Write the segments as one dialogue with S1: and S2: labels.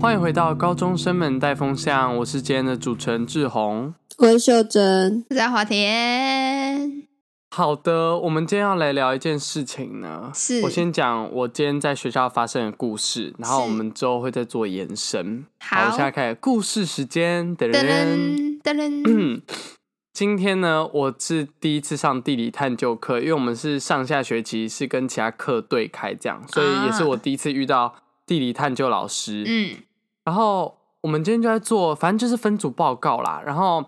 S1: 欢迎回到高中生们带风向，我是今天的主持人志宏。
S2: 我是秀珍，
S3: 我在华田，
S1: 好的，我们今天要来聊一件事情呢。
S3: 是
S1: 我先讲我今天在学校发生的故事，然后
S3: 是
S1: 我们之后会再做延伸。
S3: 好
S1: 我现在开始故事时间。噔
S3: 噔
S1: 噔
S3: 噔噔嗯噔，
S1: 今天呢，我是第一次上地理探究课，因为我们是上下学期是跟其他课对开这样，所以也是
S3: 啊
S1: 我第一次遇到地理探究老师。
S3: 嗯，
S1: 然后我们今天就在做，反正就是分组报告啦。然后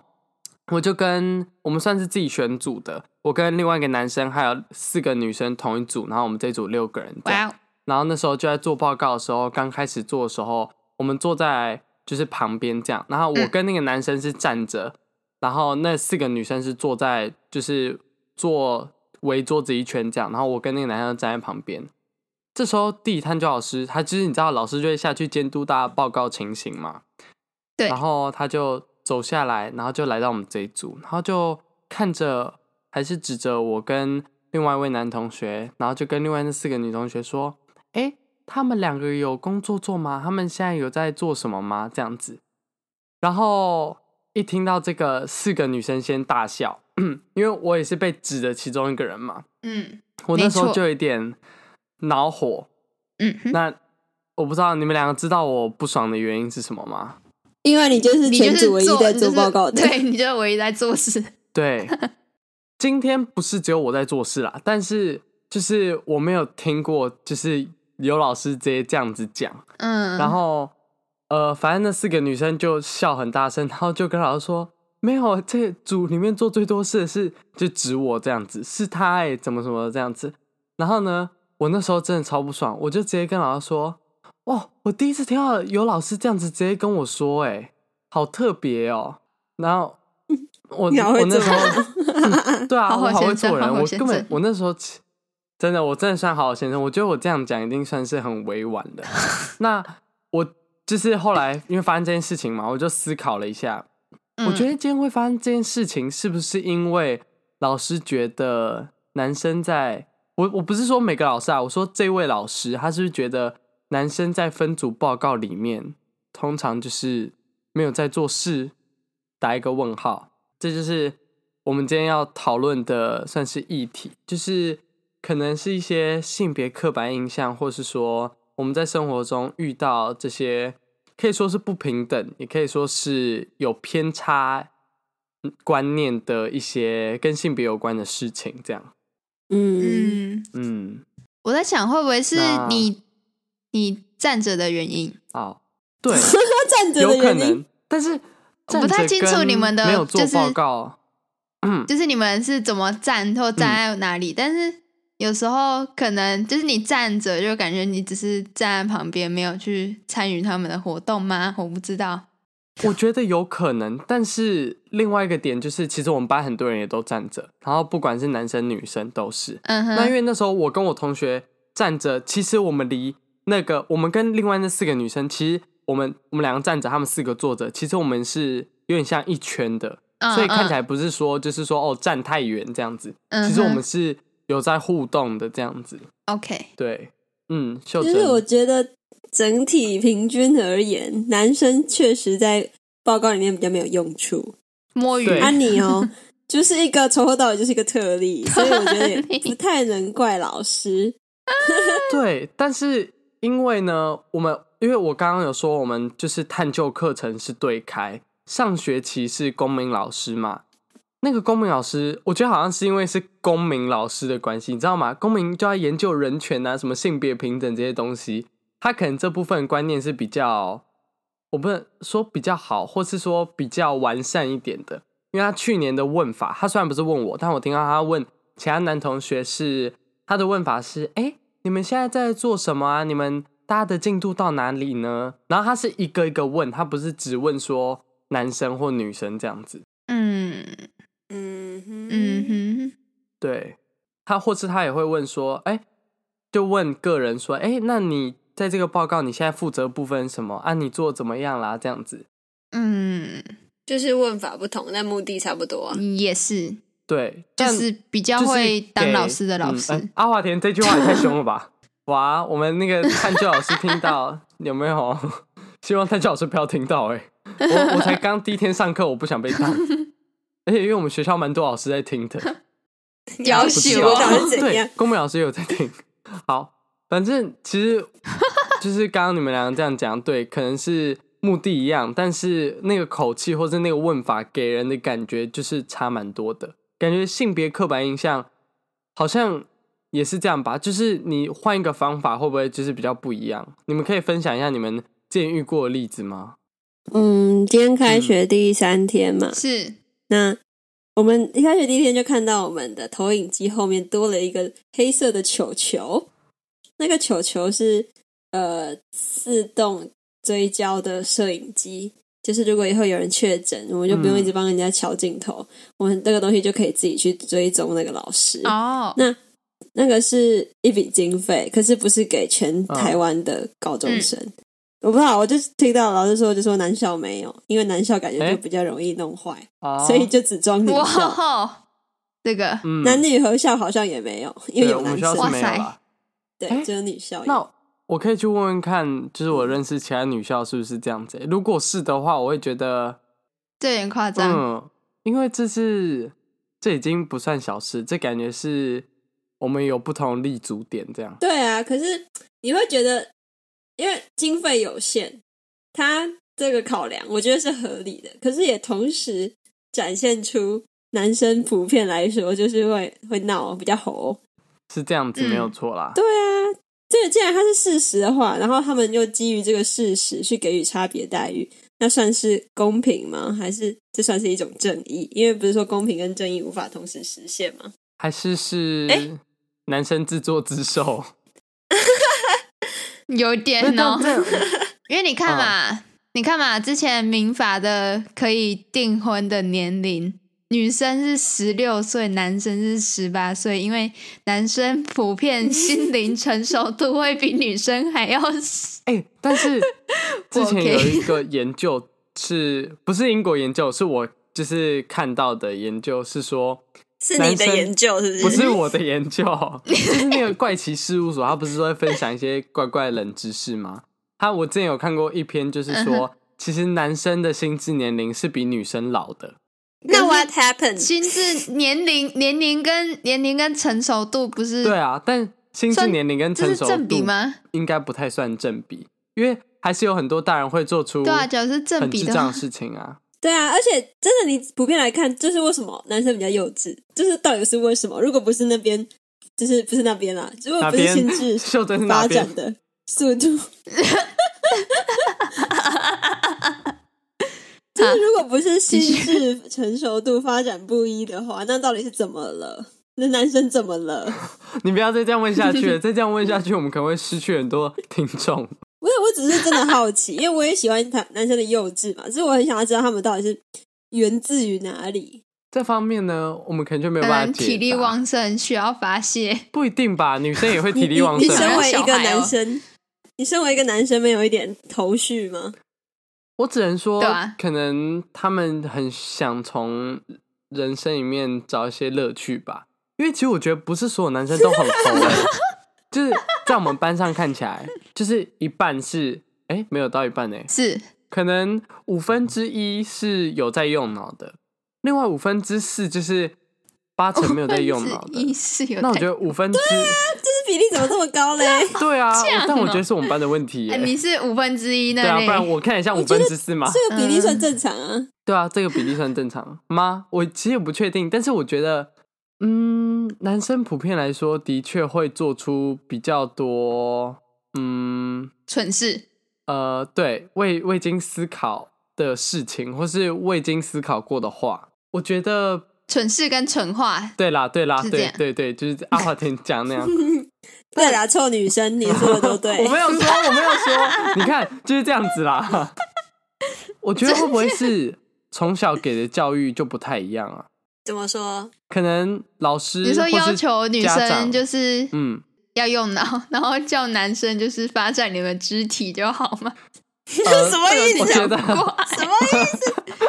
S1: 我就跟我们算是自己选组的，我跟另外一个男生还有四个女生同一组，然后我们这一组六个人这样。
S3: 哇哦，
S1: 然后那时候就在做报告的时候，刚开始做的时候，我们坐在就是旁边这样，然后我
S3: 嗯
S1: 跟那个男生是站着，然后那四个女生是坐在就是坐围桌子一圈这样，然后我跟那个男生站在旁边。这时候地理探究老师，他就是你知道老师就会下去监督大家报告情形嘛，
S3: 对
S1: 然后他就走下来，然后就来到我们这一组，然后就看着还是指着我跟另外一位男同学，然后就跟另外那四个女同学说：“哎，他们两个有工作做吗？他们现在有在做什么吗？”这样子。然后一听到这个，四个女生先大笑， 因为我也是被指的其中一个人嘛。
S3: 嗯
S1: 我那
S3: 没
S1: 时候
S3: 错
S1: 就有一点恼火。
S3: 嗯哼，
S1: 那我不知道你们两个知道我不爽的原因是什么吗？
S2: 因为你就是
S3: 你
S2: 全
S3: 就是
S2: 组唯一在做报告
S3: 你
S2: 的，
S3: 就是对，你就是唯一在做事，
S1: 对，今天不是只有我在做事啦，但是就是我没有听过，就是有老师直接这样子讲，
S3: 嗯，
S1: 然后呃，反正那四个女生就笑很大声，然后就跟老师说。没有，这组里面做最多事的是就指我这样子，是他哎、怎么怎么这样子。然后呢，我那时候真的超不爽，我就直接跟老师说：“哦，我第一次听到有老师这样子直接跟我说、欸，哎，好特别哦。”然后我
S2: 你好会
S1: 我那
S2: 做
S1: 时候对啊，
S3: 好好
S1: 我好会
S3: 先生
S1: 做人，
S3: 好好
S1: 我
S3: 先
S1: 根本
S3: 生
S1: 我那时候其真的我真的算好好先生，我觉得我这样讲一定算是很委婉 的。那我就是后来因为发生这件事情嘛，我就思考了一下，
S2: 嗯
S1: 我觉
S3: 得
S1: 得今天会发生这件事情，是不是因为老师觉得男生在我我不是说每个老师啊，我说这位老师他是不是觉得男生在分组报告里面通常就是没有在做事，打一个问号，这就是我们今天要讨论的算是议题，就是可能是一些性别刻板印象，或是说我们在生活中遇到这些，可以说是不平等，也可以说是有偏差嗯观念的一些跟性别有关的事情，这样，
S2: 嗯，
S3: 嗯，
S1: 嗯，
S3: 我在想会不会是
S1: 那
S3: 你你站着的原因，
S1: 好，对，
S2: 他站着嗯
S1: 有
S2: 的
S1: 可
S2: 原因，
S1: 能，但是
S3: 我不
S1: 站着
S3: 太清楚
S1: 跟
S3: 你们的
S1: 没有做
S3: 就是
S1: 报告，
S3: 就是你们是怎么站
S2: 嗯
S3: 或站在哪里，但是有时候可能就是你站着就感觉你只是站在旁边，没有去参与他们的活动吗？我不知道，
S1: 我觉得有可能，但是另外一个点就是，其实我们班很多人也都站着，然后不管是男生女生都是。
S3: 嗯
S1: 那因
S3: 哼，
S1: 为那时候我跟我同学站着，其实我们离那个我们跟另外那四个女生，其实我们我们两个站着，他们四个坐着，其实我们是有点像一圈的，
S3: 嗯
S1: 所以看
S3: 嗯
S1: 起来不是说就是说哦站太远这样子，
S3: 嗯
S1: 其实我
S3: 哼
S1: 们是有在互动的这样子。
S3: OK，
S1: 对，嗯，秀
S2: 就
S1: 珍，
S2: 是我觉得整体平均而言，男生确实在报告里面比较没有用处。
S3: 摸鱼
S1: 对
S2: 安妮 哦，就是一个从头到尾就是一个特例，所以我觉得也
S3: 特例
S2: 不太能怪老师。
S1: 对，但是因为呢，我们因为我刚刚有说，我们就是探究课程是对开，上学期是公民老师嘛。那个公民老师，我觉得好像是因为是公民老师的关系，你知道吗？公民就要研究人权啊，什么性别平等这些东西，他可能这部分观念是比较，我不能说比较好，或是说比较完善一点的。因为他去年的问法，他虽然不是问我，但我听到他问其他男同学是他的问法是：哎、你们现在在做什么啊？你们大家的进度到哪里呢？然后他是一个一个问，他不是只问说男生或女生这样子。
S3: 嗯
S2: 嗯哼
S3: 嗯
S1: 对他，或是他也会问说，哎、就问个人说，哎、那你在这个报告你现在负责部分是什么啊？你做怎么样啦？这样子，
S3: 哼，嗯，
S2: 就是问法不同，但目的差不多啊。
S3: 也是，
S1: 对，
S3: 就
S1: 但
S3: 是比较
S1: 就是
S3: 会当
S1: 给
S3: 老师的老师，
S1: 嗯哎阿华 田这句话也太凶了吧！哇，我们那个探究老师听到有没有希望探教老师不要听到、欸。哎，我我才刚第一天上课，我不想被当。 而且因为我们学校蛮多老师在听的，
S2: 嗯
S3: 要
S1: 不知
S3: 求
S1: 道
S2: 我想是怎
S1: 对
S2: 样，
S1: 公民老师也有在听。好，反正其 实就是刚刚你们两个这样讲，对，可能是目的一样，但是那个口气或是那个问法给人的感觉就是差蛮多的。感觉性别刻板印象好像也是这样吧，就是你换一个方法，会不会就是比较不一样？你们可以分享一下你们之前遇过的例子吗？
S2: 嗯，今天开学第三天嘛，
S3: 是
S2: 那我们一开学第一天就看到我们的投影机后面多了一个黑色的球球，那个球球是呃自动追焦的摄影机，就是如果以后有人确诊，我们就不用一直帮人家瞧镜头，我们这个东西就可以自己去追踪那个老师。
S3: 哦，
S2: 那那个是一笔经费，可是不是给
S1: 嗯
S2: 全台湾的高中生。我不知道，我就听到老师说，就说南校没有，因为南校感觉
S1: 哎
S2: 就比较容易弄坏。
S1: 啊，
S2: 所以就只装女校。
S3: 哇，这个
S1: 嗯
S2: 男女合校好像也没有，因为
S1: 对，
S2: 有
S1: 我
S2: 男
S1: 们学校
S2: 生，
S1: 是没有
S3: 哇塞
S1: 啦。哎
S2: 对，只有女校有。
S1: 那我可以去问问看，就是我认识其他女校是不是这样子欸、如果是的话，我会觉得，
S3: 这有点夸张，
S1: 嗯，因为这是这已经不算小事，这感觉是我们有不同立足点这样。
S2: 对啊，可是你会觉得，因为经费有限，他这个考量我觉得是合理的，可是也同时展现出男生普遍来说就是会会闹，比较吼。
S1: 是这样子
S3: 嗯
S1: 没有错啦，
S2: 对啊，这个既然它是事实的话，然后他们又基于这个事实去给予差别待遇，那算是公平吗？还是这算是一种正义？因为不是说公平跟正义无法同时实现吗？
S1: 还是是
S2: 哎
S1: 男生自作自受。
S3: 有
S1: 哎
S3: 点哦
S1: 但，这
S3: 因为你看
S1: 啊
S3: 嘛，你看嘛，之前民法的可以订婚的年龄，女生是十六岁，男生是十八岁，因为男生普 遍心灵成熟度会比女生还要
S1: 哎、但是之前
S3: OK
S1: 有一个研究是不是英国研究？是我就是看到的研究是说，
S2: 是
S1: 你的研
S2: 究是
S1: 不是我的研究，就是那个怪奇事务所，他不是说会分享一些怪怪的冷知识吗？他我之前有看过一篇，就是
S3: 嗯
S1: 说，其实男生的心智年龄是比女生老的。
S2: 那 what happened？
S3: 心智年龄、年龄跟年龄跟成熟度不是
S1: 对啊，但心智
S3: 嗯算
S1: 年龄跟
S3: 这
S1: 成
S3: 是
S1: 熟
S3: 正比
S1: 度
S3: 吗？
S1: 应该不太算正比，因为还是有很多大人会做出
S3: 对啊，假如是正
S1: 很
S3: 比
S1: 智
S3: 的
S1: 障
S3: 话
S1: 的，事情啊。
S2: 对啊，而且真的，你普遍来看，就是为什么男生比较幼稚，就是到底是为什么？如果不是那边，就是不是那边啦，如果
S1: 哪
S2: 不是
S1: 边
S2: 心智
S1: 秀珍是哪
S2: 发
S1: 边
S2: 展的速度，就是如果不 是心智成熟度发展不一的话，那到底是怎么了？那男生怎么了？
S1: 你不要再这样问下去 了，再这样问下去，我们可能会失去很多听众。
S2: 不是，我只是真的好奇，因为我也喜欢男男生的幼稚嘛，所以我很想要知道他们到底是源自于哪里。
S1: 这方面呢，我们可能就没有
S3: 可
S1: 办
S3: 能
S1: 法解答。
S3: 嗯体力旺盛，需要发泄。
S1: 不一定吧？女生也会体
S2: 你
S1: 力旺
S2: 你你
S1: 盛
S2: 身
S1: 啊。
S2: 为一个
S3: 小孩哦
S2: 男生，你身为一个男生，没有一点头绪吗？
S1: 我只能说
S3: 对啊，
S1: 可能他们很想从人生里面找一些乐趣吧。因为其实我觉得不是所有男生都很疯、 欸，就是在我们班上看起来，就是一半是哎、诶没有到一半呢、
S3: 是
S1: 可能五分之一是有在用脑的，另外五分之四就是八成没有在用脑
S3: 一
S1: 的。
S3: 是有
S1: 那我
S3: 在
S1: 觉得五分之
S2: 这比例怎么这么高嘞？
S1: 对啊，
S3: 这样
S1: 但我
S3: 哦
S1: 觉得是我们班的问题、欸。
S3: 哎你是五分之一那
S1: 对啊，
S3: 类，
S1: 不然我看一下五分之四嘛。
S2: 这个比例算正常啊。
S1: 对啊，这个比例算正常吗？我其实也不确定，但是我觉得，嗯，男生普遍来说的确会做出比较多，嗯，
S3: 蠢事
S1: 呃，对，未未经思考的事情，或是未经思考过的话，我觉得，
S3: 蠢事跟蠢话，
S1: 对啦，对啦，
S3: 是这
S1: 对
S3: 样
S1: 对对，就是阿华田讲那样，
S2: 对啦，臭女生，你说的都对
S1: 我。没有说，我没有说，你看就是这样子啦。 我觉得会不会是从小给的教育就不太一样啊？
S2: 怎么说？
S1: 可能老师
S3: 你说
S1: 或
S3: 要
S1: 是
S3: 求女
S1: 家
S3: 生
S1: 长
S3: 就是
S1: 嗯，
S3: 要用脑，然后叫男生就是发展你们肢体就好吗？
S1: 呃
S2: 什么意
S1: 我
S2: 思？
S1: 觉
S2: 什
S1: 得，
S3: 哇，
S2: 么意思？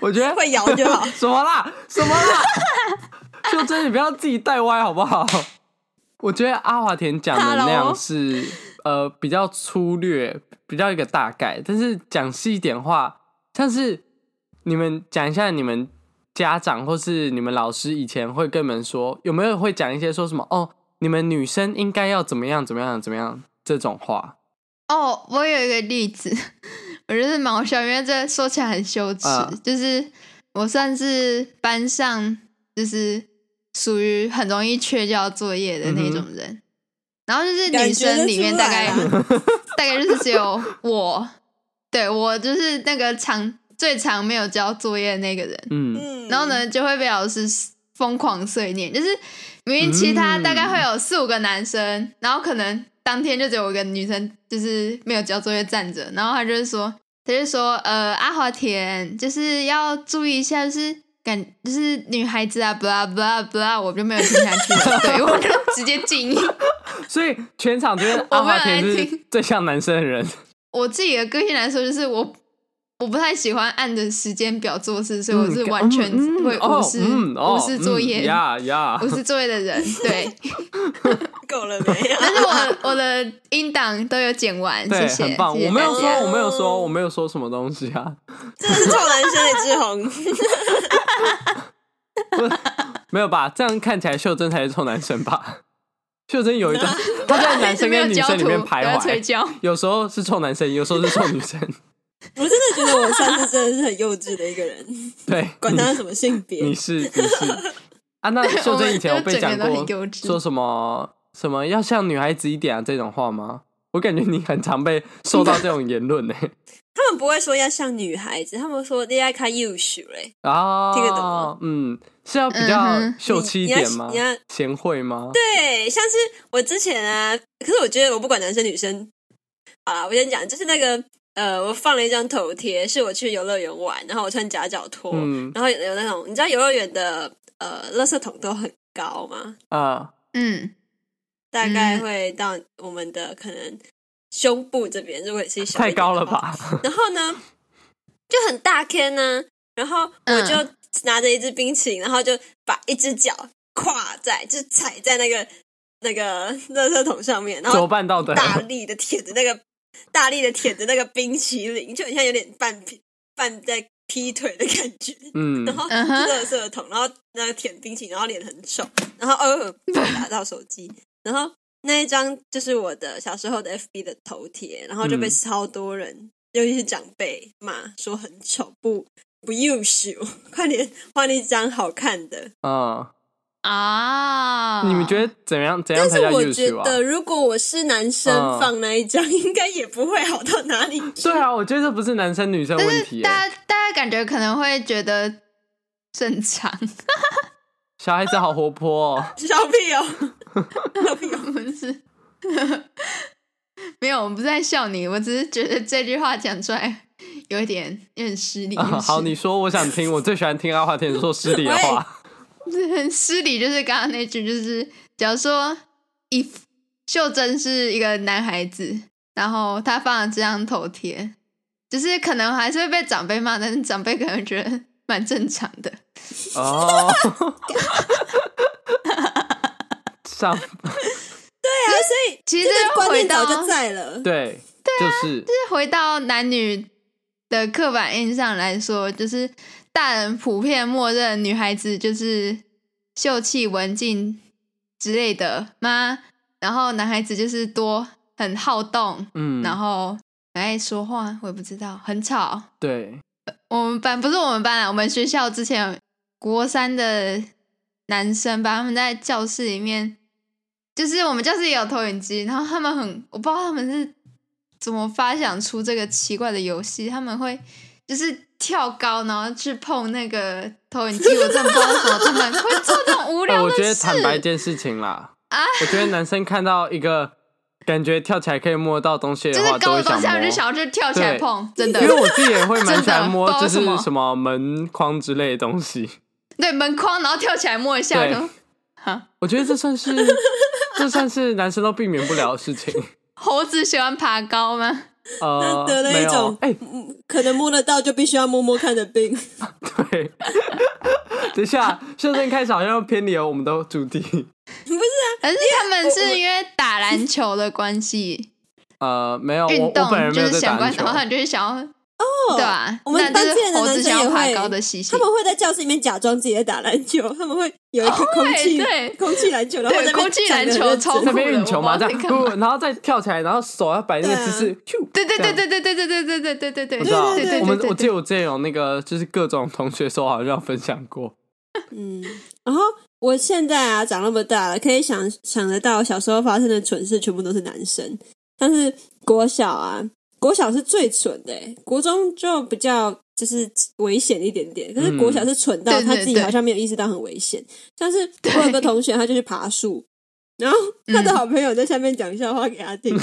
S1: 我觉得
S2: 会摇就好
S1: 什么啦，什么啦，秀珍，你不要自己带歪好不好？我觉得阿华田讲的那样是呃比较粗略，比较一个大概，但是讲细一点话，像是你们讲一下你们家长或是你们老师以前会跟你们说，有没有会讲一些说什么哦，你们女生应该要怎么样怎么样怎么样这种话
S3: 哦，我有一个例子，我就是毛小，因为这说起来很羞耻，
S1: 啊
S3: 就是我算是班上就是属于很容易缺交作业的那种人，然后就是啊女生里面大概
S2: 感觉
S3: 大概就是只有我，对我就是那个常最常没有交作业的那个人，
S1: 嗯
S2: 嗯
S3: 然后？呢就会被老师疯狂碎念，就是明明其他
S1: 嗯
S3: 大概会有四五个男生，然后可能当天就只有我一个女生，就是没有交作业站着，然后他就是说，他就说，呃，阿华田就是要注意一下，就是感就是女孩子啊，不啊不啊不啊，我就没有听下去了，对我就直接静音。
S1: 所以全场觉得
S3: 我
S1: 阿
S3: 没有
S1: 华
S3: 来
S1: 田是
S3: 听
S1: 最像男生的人，
S3: 我自己的个性来说，就是我我不太喜欢按着时间表做事，所以我是完全
S1: 嗯嗯
S3: 会无视、
S1: 嗯哦
S3: 无视作
S1: 嗯
S3: 业、
S1: 呀 呀
S3: 无，视作业的人。对，
S2: 够了没有？
S3: 但是我我的音档都有剪完，
S1: 对，
S3: 谢谢，
S1: 很棒。
S3: 谢谢
S1: 我没有
S3: 大
S1: 说
S3: 家，
S1: 我没有说，我没有说什么东西啊，
S2: 真的是臭男生的志宏，
S1: 没有吧？这样看起来秀珍才是臭男生吧？ 秀珍有一 段，她在男生
S3: 没有
S1: 跟女
S3: 教
S1: 生里面
S3: 徒，
S1: 徘
S3: 不要催
S1: 徊，
S3: 交。
S1: 有时候是臭男生，有时候是臭女生。
S2: 我真的觉得我算是真的是很幼稚的一个人，
S1: 对，
S2: 管他什么性别。
S1: 你是你是啊？那秀珍以前有被讲
S3: 我们就整个都很
S1: 过
S3: 幼稚
S1: 说什么什么要像女孩子一点啊这种话吗？我感觉你很常被受到这种言论呢、
S2: 他们不会说要像女孩子，他们说恋爱看幼秀嘞，
S1: 啊，
S2: 听得懂吗
S1: 嗯，是要比
S3: 嗯
S1: 较
S3: 哼
S1: 秀气
S2: 你
S1: 一
S2: 你要
S1: 点吗
S2: 你要？
S1: 贤惠吗？
S2: 对，像是我之前啊，可是我觉得我不管男生女生，好啦，我先讲，就是那个呃，我放了一张头贴，是我去游乐园玩，然后我穿夹脚拖，
S1: 嗯
S2: 然后有有那种你知道游乐园的呃，垃圾桶都很高吗？
S1: 啊，
S3: 嗯，
S2: 大概
S1: 嗯
S2: 会到我们的可能胸部这边，如果你是小
S1: 太
S2: 一点
S1: 高了
S2: 的话
S1: 吧？
S2: 然后呢，就很大坑呢、然后我就拿着一支冰淇淋，然后就把一只脚跨在，就是踩在那个那个热圾桶上面，然
S1: 怎么
S2: 后
S1: 办到的？
S2: 大力的舔着那个大力的舔着那个冰淇淋，就很像有点半劈半在劈腿的感觉。
S1: 嗯
S2: 然，后
S3: 嗯哼
S2: 热色桶，然后那个舔冰淇淋，然后脸很丑，然后呃打到手机，然后那一张就是我的小时候的 FB 的头贴，然后就被
S1: 嗯
S2: 超多人，尤其是长辈骂说很丑，不不优秀， 快点换一张好看的。
S1: 啊，
S3: 啊，
S1: 你们觉得怎样怎样
S2: 但
S1: 才
S2: 是
S1: 叫
S2: 我
S1: 优
S2: 觉
S1: 秀啊？
S2: 得，如果我是男生
S1: 嗯
S2: 放那一张，应该也不会好到哪里去。
S1: 对啊，我觉得这不是男生女生的问题耶、欸
S3: 大家大家感觉可能会觉得正常，
S1: 小孩子好活 泼、哦，
S2: 小屁哦，小屁哦，
S3: 我们是 没有，我们不是在笑你，我只是觉得这句话讲出来有一点有点失礼。
S1: 啊
S3: 有点
S1: 好，
S3: 失
S1: 你说，我想听，我最喜欢听阿华田说失礼的话。
S3: 很失礼，就是刚刚那句，就是假如说 if 秀珍是一个男孩子，然后他放了这张头贴，就是可能还是会被长辈骂，但是长辈可能觉得蛮正常的。
S1: 哦， 上
S2: 对啊，所以
S3: 其实
S2: 这个观
S3: 回
S2: 念早
S3: 到就
S2: 就是在了。
S1: 对，
S3: 啊
S1: 就是
S3: 回到男女的刻板印象来说，就是大人普遍默认女孩子就是秀气文静之类的吗？然后男孩子就是多很好动，
S1: 嗯，
S3: 然后很爱说话，我也不知道，很吵。
S1: 对，
S3: 我们班不是我们班啊，我们学校之前有国三的男生吧，他们在教室里面，就是我们教室也有投影机，然后他们很，我不知道他们是怎么发想出这个奇怪的游戏，他们会就是跳高，然后去碰那个投影机，我真的不知道为什么他们会做这种无
S1: 哎、
S3: 聊
S1: 我
S3: 的
S1: 觉得
S3: 事。
S1: 坦白一件事情啦，
S3: 啊
S1: 我觉得男生看到一个感觉跳起来可以摸到东西
S3: 就
S1: 的
S3: 是
S1: 话，都
S3: 高
S1: 会
S3: 的东西，他们就
S1: 摸。
S3: 想要去跳起来
S1: 对
S3: 碰，真的
S1: 因。为我自己也会蛮喜
S3: 真的
S1: 欢摸
S3: 不，知道
S1: 就
S3: 为什么
S1: 是什么门框之类的东西。
S3: 对门框，然后跳起来摸一下，
S1: 对
S3: 就哈，
S1: 我觉得这算是，这算是男生都避免不了的事情。
S3: 猴子喜欢爬高吗？
S1: 呃，
S2: 难 得的
S1: 没
S2: 一
S1: 有
S2: 种，
S1: 哎、
S2: 可能摸得到，就必须要摸摸看的病。
S1: 对， 等一下，秀珍开始好像偏离了我们的主题。
S3: 可是他们是因为打篮球的关系，
S1: 呃，没有，我
S3: 运动
S1: 我本人没
S3: 就
S1: 有
S3: 是
S1: 在
S3: 相
S1: 打
S3: 关
S1: 篮，球
S3: 然。后你就会想要，对吧？
S2: 我们
S3: 那就
S2: 班
S3: 是
S2: 级的
S3: 猴
S2: 男
S3: 子
S2: 生
S3: 想要
S2: 也
S3: 爬
S2: 会
S3: 高的习性
S2: 他，们会在教室里面假装自己在打篮球， 他们会有一个
S3: 哦
S2: 空气、
S3: 对对
S2: 空气篮球，然后在
S3: 对，
S2: 那边
S3: 空气
S2: 站
S3: 篮
S2: 得很
S3: 球
S2: 认真
S3: 超酷
S1: 在那边
S3: 的
S1: 运球嘛，
S3: 我不
S1: 这
S3: 知道
S1: 样，
S3: 在干嘛
S1: 不然后再跳起来，然后手要摆那个姿势，咻
S3: 对对
S1: 这
S3: 对
S1: 样
S3: 对对对对对对对对对对，
S1: 我知道，
S2: 对对对
S1: 我们我记
S3: 对
S1: 得我之前有那个，就是各种同学说好像有分享 过，
S2: 嗯，然后我现在啊长那么大了，可以想想得到小时候发生的蠢事全部都是男生，但是国小啊，国小是最蠢的欸，国中就比较就是危险一点点，可是国小是蠢到
S3: 嗯
S2: 他
S3: 对对
S2: 自己
S3: 对
S2: 好像没有意识到很危险，
S3: 嗯
S2: 像是我有个同学他就去爬树，然后他的
S3: 嗯
S2: 好朋友在下面讲笑话给他 听，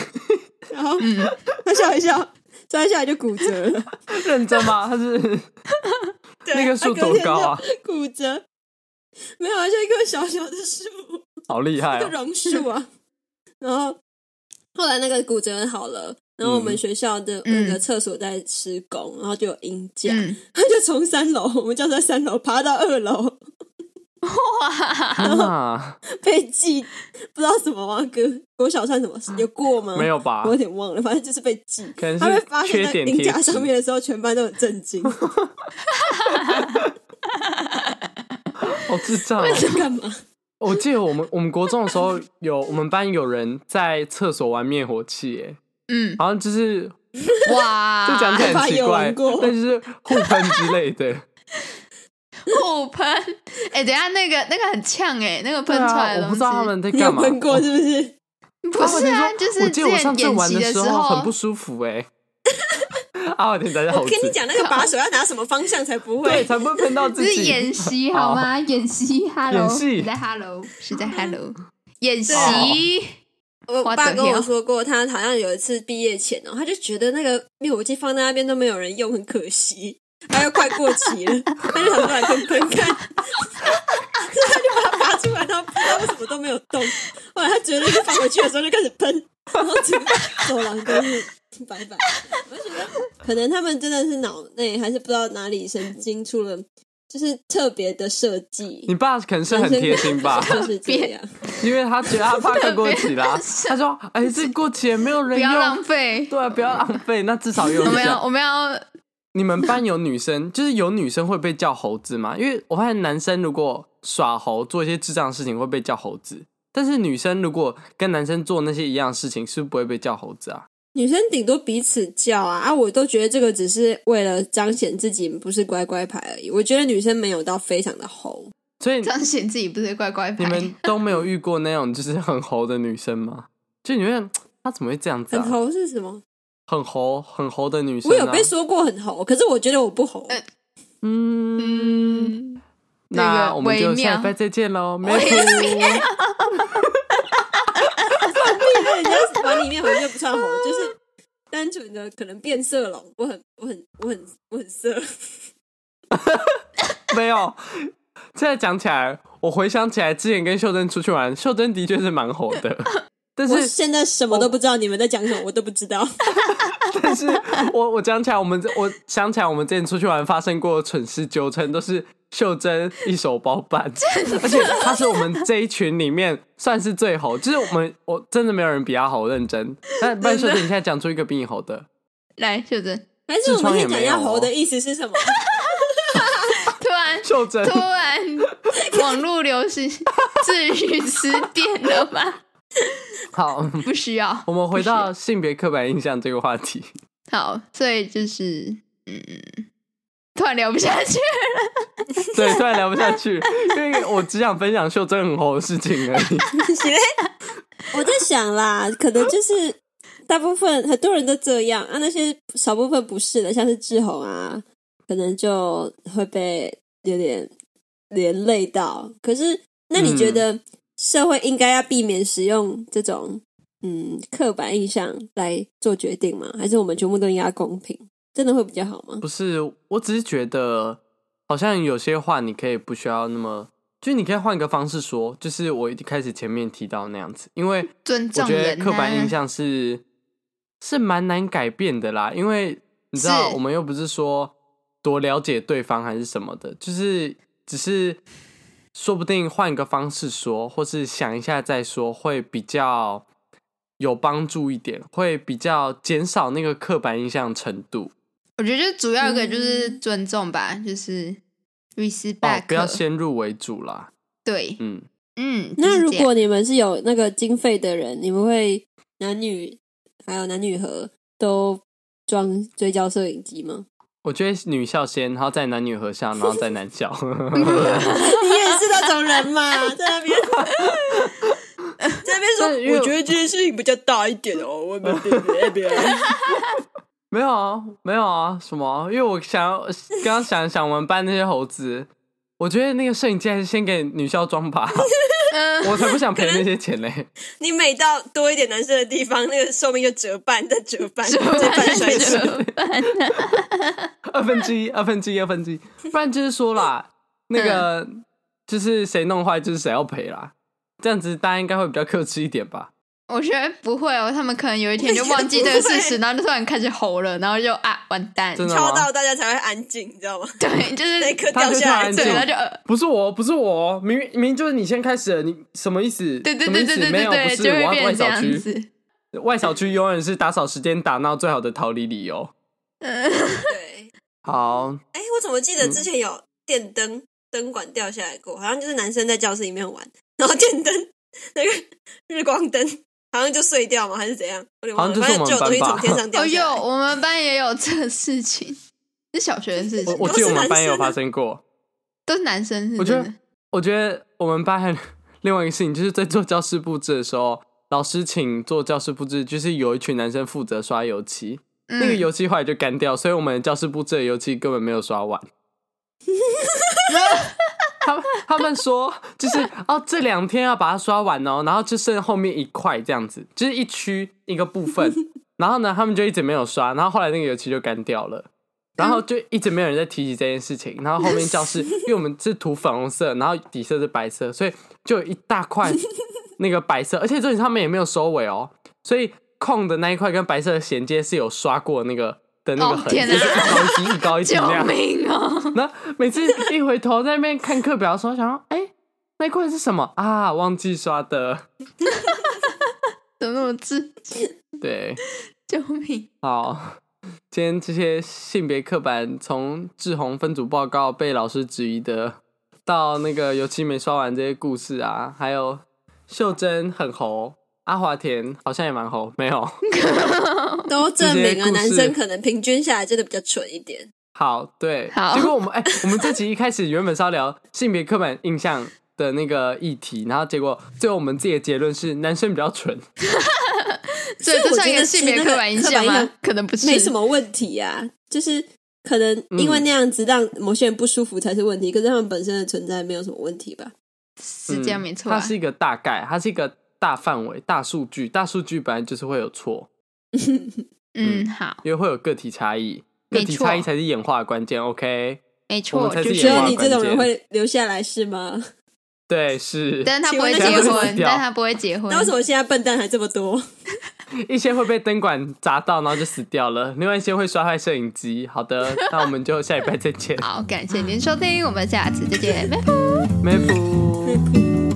S2: 然后
S3: 嗯，
S2: 他笑一笑，摔下来就骨折了。
S1: 认真吗？他是
S2: 对
S1: 那个
S2: 他
S1: 树
S2: 隔
S1: 多
S2: 天
S1: 高
S2: 就
S1: 啊？
S2: 骨折，没有，啊，就一棵小小的树，
S1: 好厉害
S2: 一 个
S1: 哦！
S2: 榕树啊。然后后来那个骨折好了，然后我们
S1: 嗯
S2: 学校的那
S3: 嗯
S2: 个厕所在施工，然后就有鹰架，
S3: 嗯
S2: 他 就从三楼，我们叫在三楼爬到二楼，
S3: 哇，
S1: 啊，
S2: 被记不知道什么啊哥，国小算什么有过吗？
S1: 没。有吧
S2: 我？有点忘了，反正就是被记。
S1: 可能
S2: 他被
S1: 是
S2: 发现
S1: 缺
S2: 在
S1: 点
S2: 鹰
S1: 贴
S2: 架上
S1: 纸
S2: 面的时候，全班都很震 惊，
S1: 好智障哦！
S2: 在干嘛？
S1: 我记得我们我们国中的时候有我们班有人在厕所玩灭火器，耶，
S3: 嗯，
S1: 好像就是
S3: 哇，
S1: 就讲起来
S2: 爸
S3: 啊
S1: 很奇
S2: 也
S1: 怪
S2: 玩过，
S1: 但就是互喷之类的。
S3: 互喷，哎，等一下那个那个很呛哎，那个
S1: 对
S3: 喷出
S1: 啊
S3: 来，的
S1: 我
S3: 东
S1: 不知道他
S3: 西，
S1: 们在
S2: 你有
S1: 干嘛。
S2: 喷过是不是？
S3: 不是啊，就是
S1: 我
S3: 之
S1: 记得我上
S3: 前
S1: 次
S3: 演
S1: 玩
S3: 习
S1: 的
S3: 时
S1: 候很
S3: 候
S1: 不，舒服 哎。啊，我天，大家好
S2: 我
S1: 直，
S2: 跟你讲，那个把手要拿什么方向才不
S1: 对，
S2: 会。
S1: 才不会喷到自
S3: 这是
S1: 己。
S3: 演习好吗？演习，hello，
S1: 戏
S3: 是在 hello，是在 hello，演习，
S2: 我
S3: 我
S2: 爸
S3: 的
S2: 跟我
S3: 天
S2: 说过，他好像有一次毕业前哦，他就觉得那个灭火器放在那边都没有人用，很可惜，他又快过期了，他就想说来喷喷看，所以他就把它拔出来，然后不知道为什么都没有动。后来他觉得放回去的时候就开始喷，然后整个走廊都是白白。我就觉得可能他们真的是脑内还是不知道哪里神经出了，就是特别的设计
S1: 你。爸可能是很贴心 吧，
S2: 就是这样。
S1: 因为他觉得他怕快过期啦。他说：“哎，这过期也没有
S3: 不
S1: 人
S3: 要浪
S1: 用，
S3: 费。
S1: 对啊，不要浪费，那至少有
S3: 我
S1: 人
S3: 们要，
S1: 用。
S3: 我们要，”
S1: 你们班有女生，就是有女生会被叫猴子吗？因为我发现男生如果耍猴做一些智障的事情会被叫猴子，但是女生如果跟男生做那些一样的事情，是不是不会被叫猴子啊？
S2: 女生顶多彼此叫啊啊！我都觉得这个只是为了彰显自己不是乖乖牌而已。我觉得女生没有到非常的猴，
S1: 所以
S3: 彰显自己不是乖乖牌。
S1: 你们都没有遇过那种就是很猴的女生吗？就你会想，她怎么会这样子
S2: 很
S1: 啊？
S2: 猴是什么？
S1: 很猴，很猴的女生、
S2: 我
S1: 啊。
S2: 有被说过很猴，可是我觉得我不猴。
S3: 呃
S1: 嗯，
S3: 嗯，那
S1: 那
S3: 个
S1: 我们
S3: 微
S1: 就下
S3: 妙
S1: 礼拜再见喽，没
S3: 微
S1: 有。
S2: 人家碗里面好像就不算猴，就是单纯的可能变色龙。我很我很我很我很色，
S1: 没有。现在讲起来，我回想起来之前跟秀珍出去玩，秀珍的确是蛮火的， 但
S2: 我
S1: 是
S2: 现在什么都不知道，你们在讲什么我都不知 道。
S1: 但是我我讲起来，我们我想起来我们之前出去玩发生过的蠢事纠纷，都是秀珍一手包办，而且她是我们这一群里面算是最猴，就是我们我真的没有人比她猴认真。那不然秀珍，你现在讲出一个比你猴的，
S3: 来秀珍，
S2: 还是我们先讲一
S1: 痔疮也没
S2: 下
S1: 有哦
S2: 猴的意思是什么？
S3: 突然
S1: 秀珍
S3: 突然网络流行至于词典了 吗？
S1: 好。
S3: 不需要。
S1: 我们回
S3: 不
S1: 到性别刻板印象这个话题，
S3: 需要好，所以就是嗯，突然聊不下去。
S1: 对，突然聊不下去，因为我只想分享秀珍很猴的事情而已。
S2: 我在想啦，可能就是大部分很多人都这样啊，那些少部分不是的，像是志宏啊，可能就会被有点连累到。可是，那你觉得社会应该要避免使用这种嗯刻板印象来做决定吗？还是我们全部都应该要公平？真的会比较好吗？
S1: 不是，我只是觉得好像有些话你可以不需要那么，就是你可以换个方式说，就是我一开始前面提到那样子，因为
S3: 尊
S1: 我
S3: 重
S1: 觉
S3: 人、
S1: 得
S3: 啊，
S1: 刻板印象是是蛮难改变的啦，因为你知道
S3: 是
S1: 我们又不是说多了解对方还是什么的，就是只是说不定换一个方式说，或是想一下再说，会比较有帮助一点，会比较减少那个刻板印象程度。
S3: 我觉得就主要一个就是尊重吧，就是 respect，、
S1: 哦，不要先入为主啦。
S3: 对，
S1: 嗯，
S3: 嗯。
S2: 那
S3: 就是
S2: 如
S3: 这 样
S2: 果你们是有那个经费的人，你们会男女还有男女合都装追焦摄影机吗？
S1: 我觉得女校先，然后再男女合校，然后再男 校。
S2: 你也是那种人嘛，在那边 在那
S1: 但因为
S2: 得这件事情比较大一点哦，我们别别别，
S1: 没有啊，没有啊，什么？因为我想要刚刚想想我们班那些猴子，我觉得那个摄影机还是先给女校装吧，
S3: 嗯，
S1: 我才不想赔那些钱嘞。
S2: 你每到多一点男生的地方，那个寿命就折半，再折半，
S3: 怎么
S2: 再半衰
S3: 怎
S2: 折。
S3: 么办？
S1: 二分之一，二分之一，二分之一，不然就是说啦，那个就是谁弄坏就是谁要赔啦。这样子大家应该会比较克制一点吧？
S3: 我觉得不会哦，他们可能有一天就忘记这个事实，然后就突然开始吼了，然后就啊完蛋，
S1: 真的
S2: 敲
S1: 吗？
S2: 到大家才会安静，你知道吗？
S3: 对，就是
S2: 那一刻
S1: 他
S2: 掉
S1: 就
S2: 下来，
S1: 突然
S3: 对，
S1: 静
S3: 然后就呃
S1: 不是我，不是我，明明明就是你先开始了，你什么意思？
S3: 对对
S1: 什么
S3: 对
S1: 意
S3: 对
S1: 思
S3: 对
S1: 没
S3: 对
S1: 有，不
S3: 对，
S1: 是
S3: 就
S1: 我
S3: 会
S1: 要外
S3: 变这
S1: 小
S3: 样
S1: 区，
S3: 子。
S1: 外小区永远是打扫时间打闹最好的逃离理由。
S2: 嗯
S3: 哦
S2: 对，
S1: 好，
S2: 哎，我怎么记
S1: 嗯
S2: 得之前有电灯灯管掉下来过？好像就是男生在教室里面玩，然后电灯那个日光灯好像就碎掉嘛，还是怎样？我有点忘了，
S1: 好
S2: 反正
S1: 像就是
S2: 就有
S1: 我
S2: 东西从
S1: 们班吧
S2: 天上
S3: 哦
S2: 掉下
S3: 有，
S2: 来。
S3: 我们班也有这个事情，是小学的事
S1: 我
S3: 情，
S1: 我
S2: 都
S1: 记
S2: 是
S1: 得我们
S2: 男
S1: 班也有
S2: 生
S1: 发
S2: 啊
S1: 生过。
S3: 都是男生是
S1: 我
S3: 嗯
S1: 觉
S3: 真的
S1: 得。我觉得我们班还有另外一个事情，就是在做教室布置的时候，老师请做教室布置，就是有一群男生负责刷油漆，那个
S3: 嗯
S1: 油漆后来就干掉，所以我们教室布置的油漆根本没有刷完。他们他们说就是哦，这两天要把它刷完哦，然后就剩后面一块这样子，就是一区一个部分。然后呢，他们就一直没有刷，然后后来那个油漆就干掉了，然后就一直没有人在提起这件事情。然后后面教室，因为我们是涂粉红色，然后底色是白色，所以就有一大块那个白色，而且这里他们也没有收尾哦，所以空的那一块跟白色的衔接是有刷过那个的那个
S3: 哦
S1: 痕，
S3: 天哪
S1: 就是一高一低，一高一低
S3: 救
S1: 那样。
S3: 命哦！
S1: 然后每次一回头在那边看课表的时候，想说，哎、那一块是什么啊？忘记刷的。
S3: 怎么那么智？
S1: 对，
S3: 救命！
S1: 好，今天这些性别刻板，从志宏分组报告被老师质疑的，到那个油漆没刷完这些故事啊，还有秀珍很猴，阿华田好像也蛮猴，没有。
S2: 都证明了
S1: 这些故事
S2: 男生可能平均下来真的比较蠢一点。
S1: 好，对，
S3: 好
S1: 结果我们哎、我们这集一开始原本是要聊性别刻板印象的那个议题，然后结果最后我们自己的结论是男生比较蠢。
S3: 所以
S2: 所以
S3: 这
S2: 我
S3: 算一
S2: 觉
S3: 个
S2: 得
S3: 性
S2: 是
S3: 别
S2: 那
S3: 刻
S2: 个
S3: 板印
S2: 刻
S3: 象
S2: 板印
S3: 吗
S2: 象？
S3: 可能不是，
S2: 没什么问题啊，就是可能
S1: 嗯
S2: 因为那样子让某些人不舒服才是问题，可是他们本身的存在没有什么问 题吧？
S3: 是这样
S1: 嗯
S3: 没错
S1: 它
S3: 啊。
S1: 是一个大概，它是一个大范围、大数据，大数据本来就是会有错，
S3: 嗯，好，
S1: 因为会有个体差异，
S3: 没
S1: 个
S3: 错
S1: 体差异才是演化的关键。OK，
S3: 没
S1: 我
S3: 错，
S1: 们才
S3: 就是
S2: 只
S1: 演
S2: 有
S1: 化
S2: 你这种人
S1: 关
S2: 会留下来是吗？
S1: 对，是
S3: 但是他不
S2: 请问那
S3: 会结
S2: 些人
S1: 会
S3: 婚
S1: 死，掉
S3: 但他不会结婚
S2: 那。为什么现在笨蛋还这么多？
S1: 一些会被灯管砸到，然后就死掉了；，另外一些会摔坏摄影机。好的，那我们就下礼拜再见，
S3: 好，感谢您收听，我们下次再见，拜拜。
S1: 梅夫。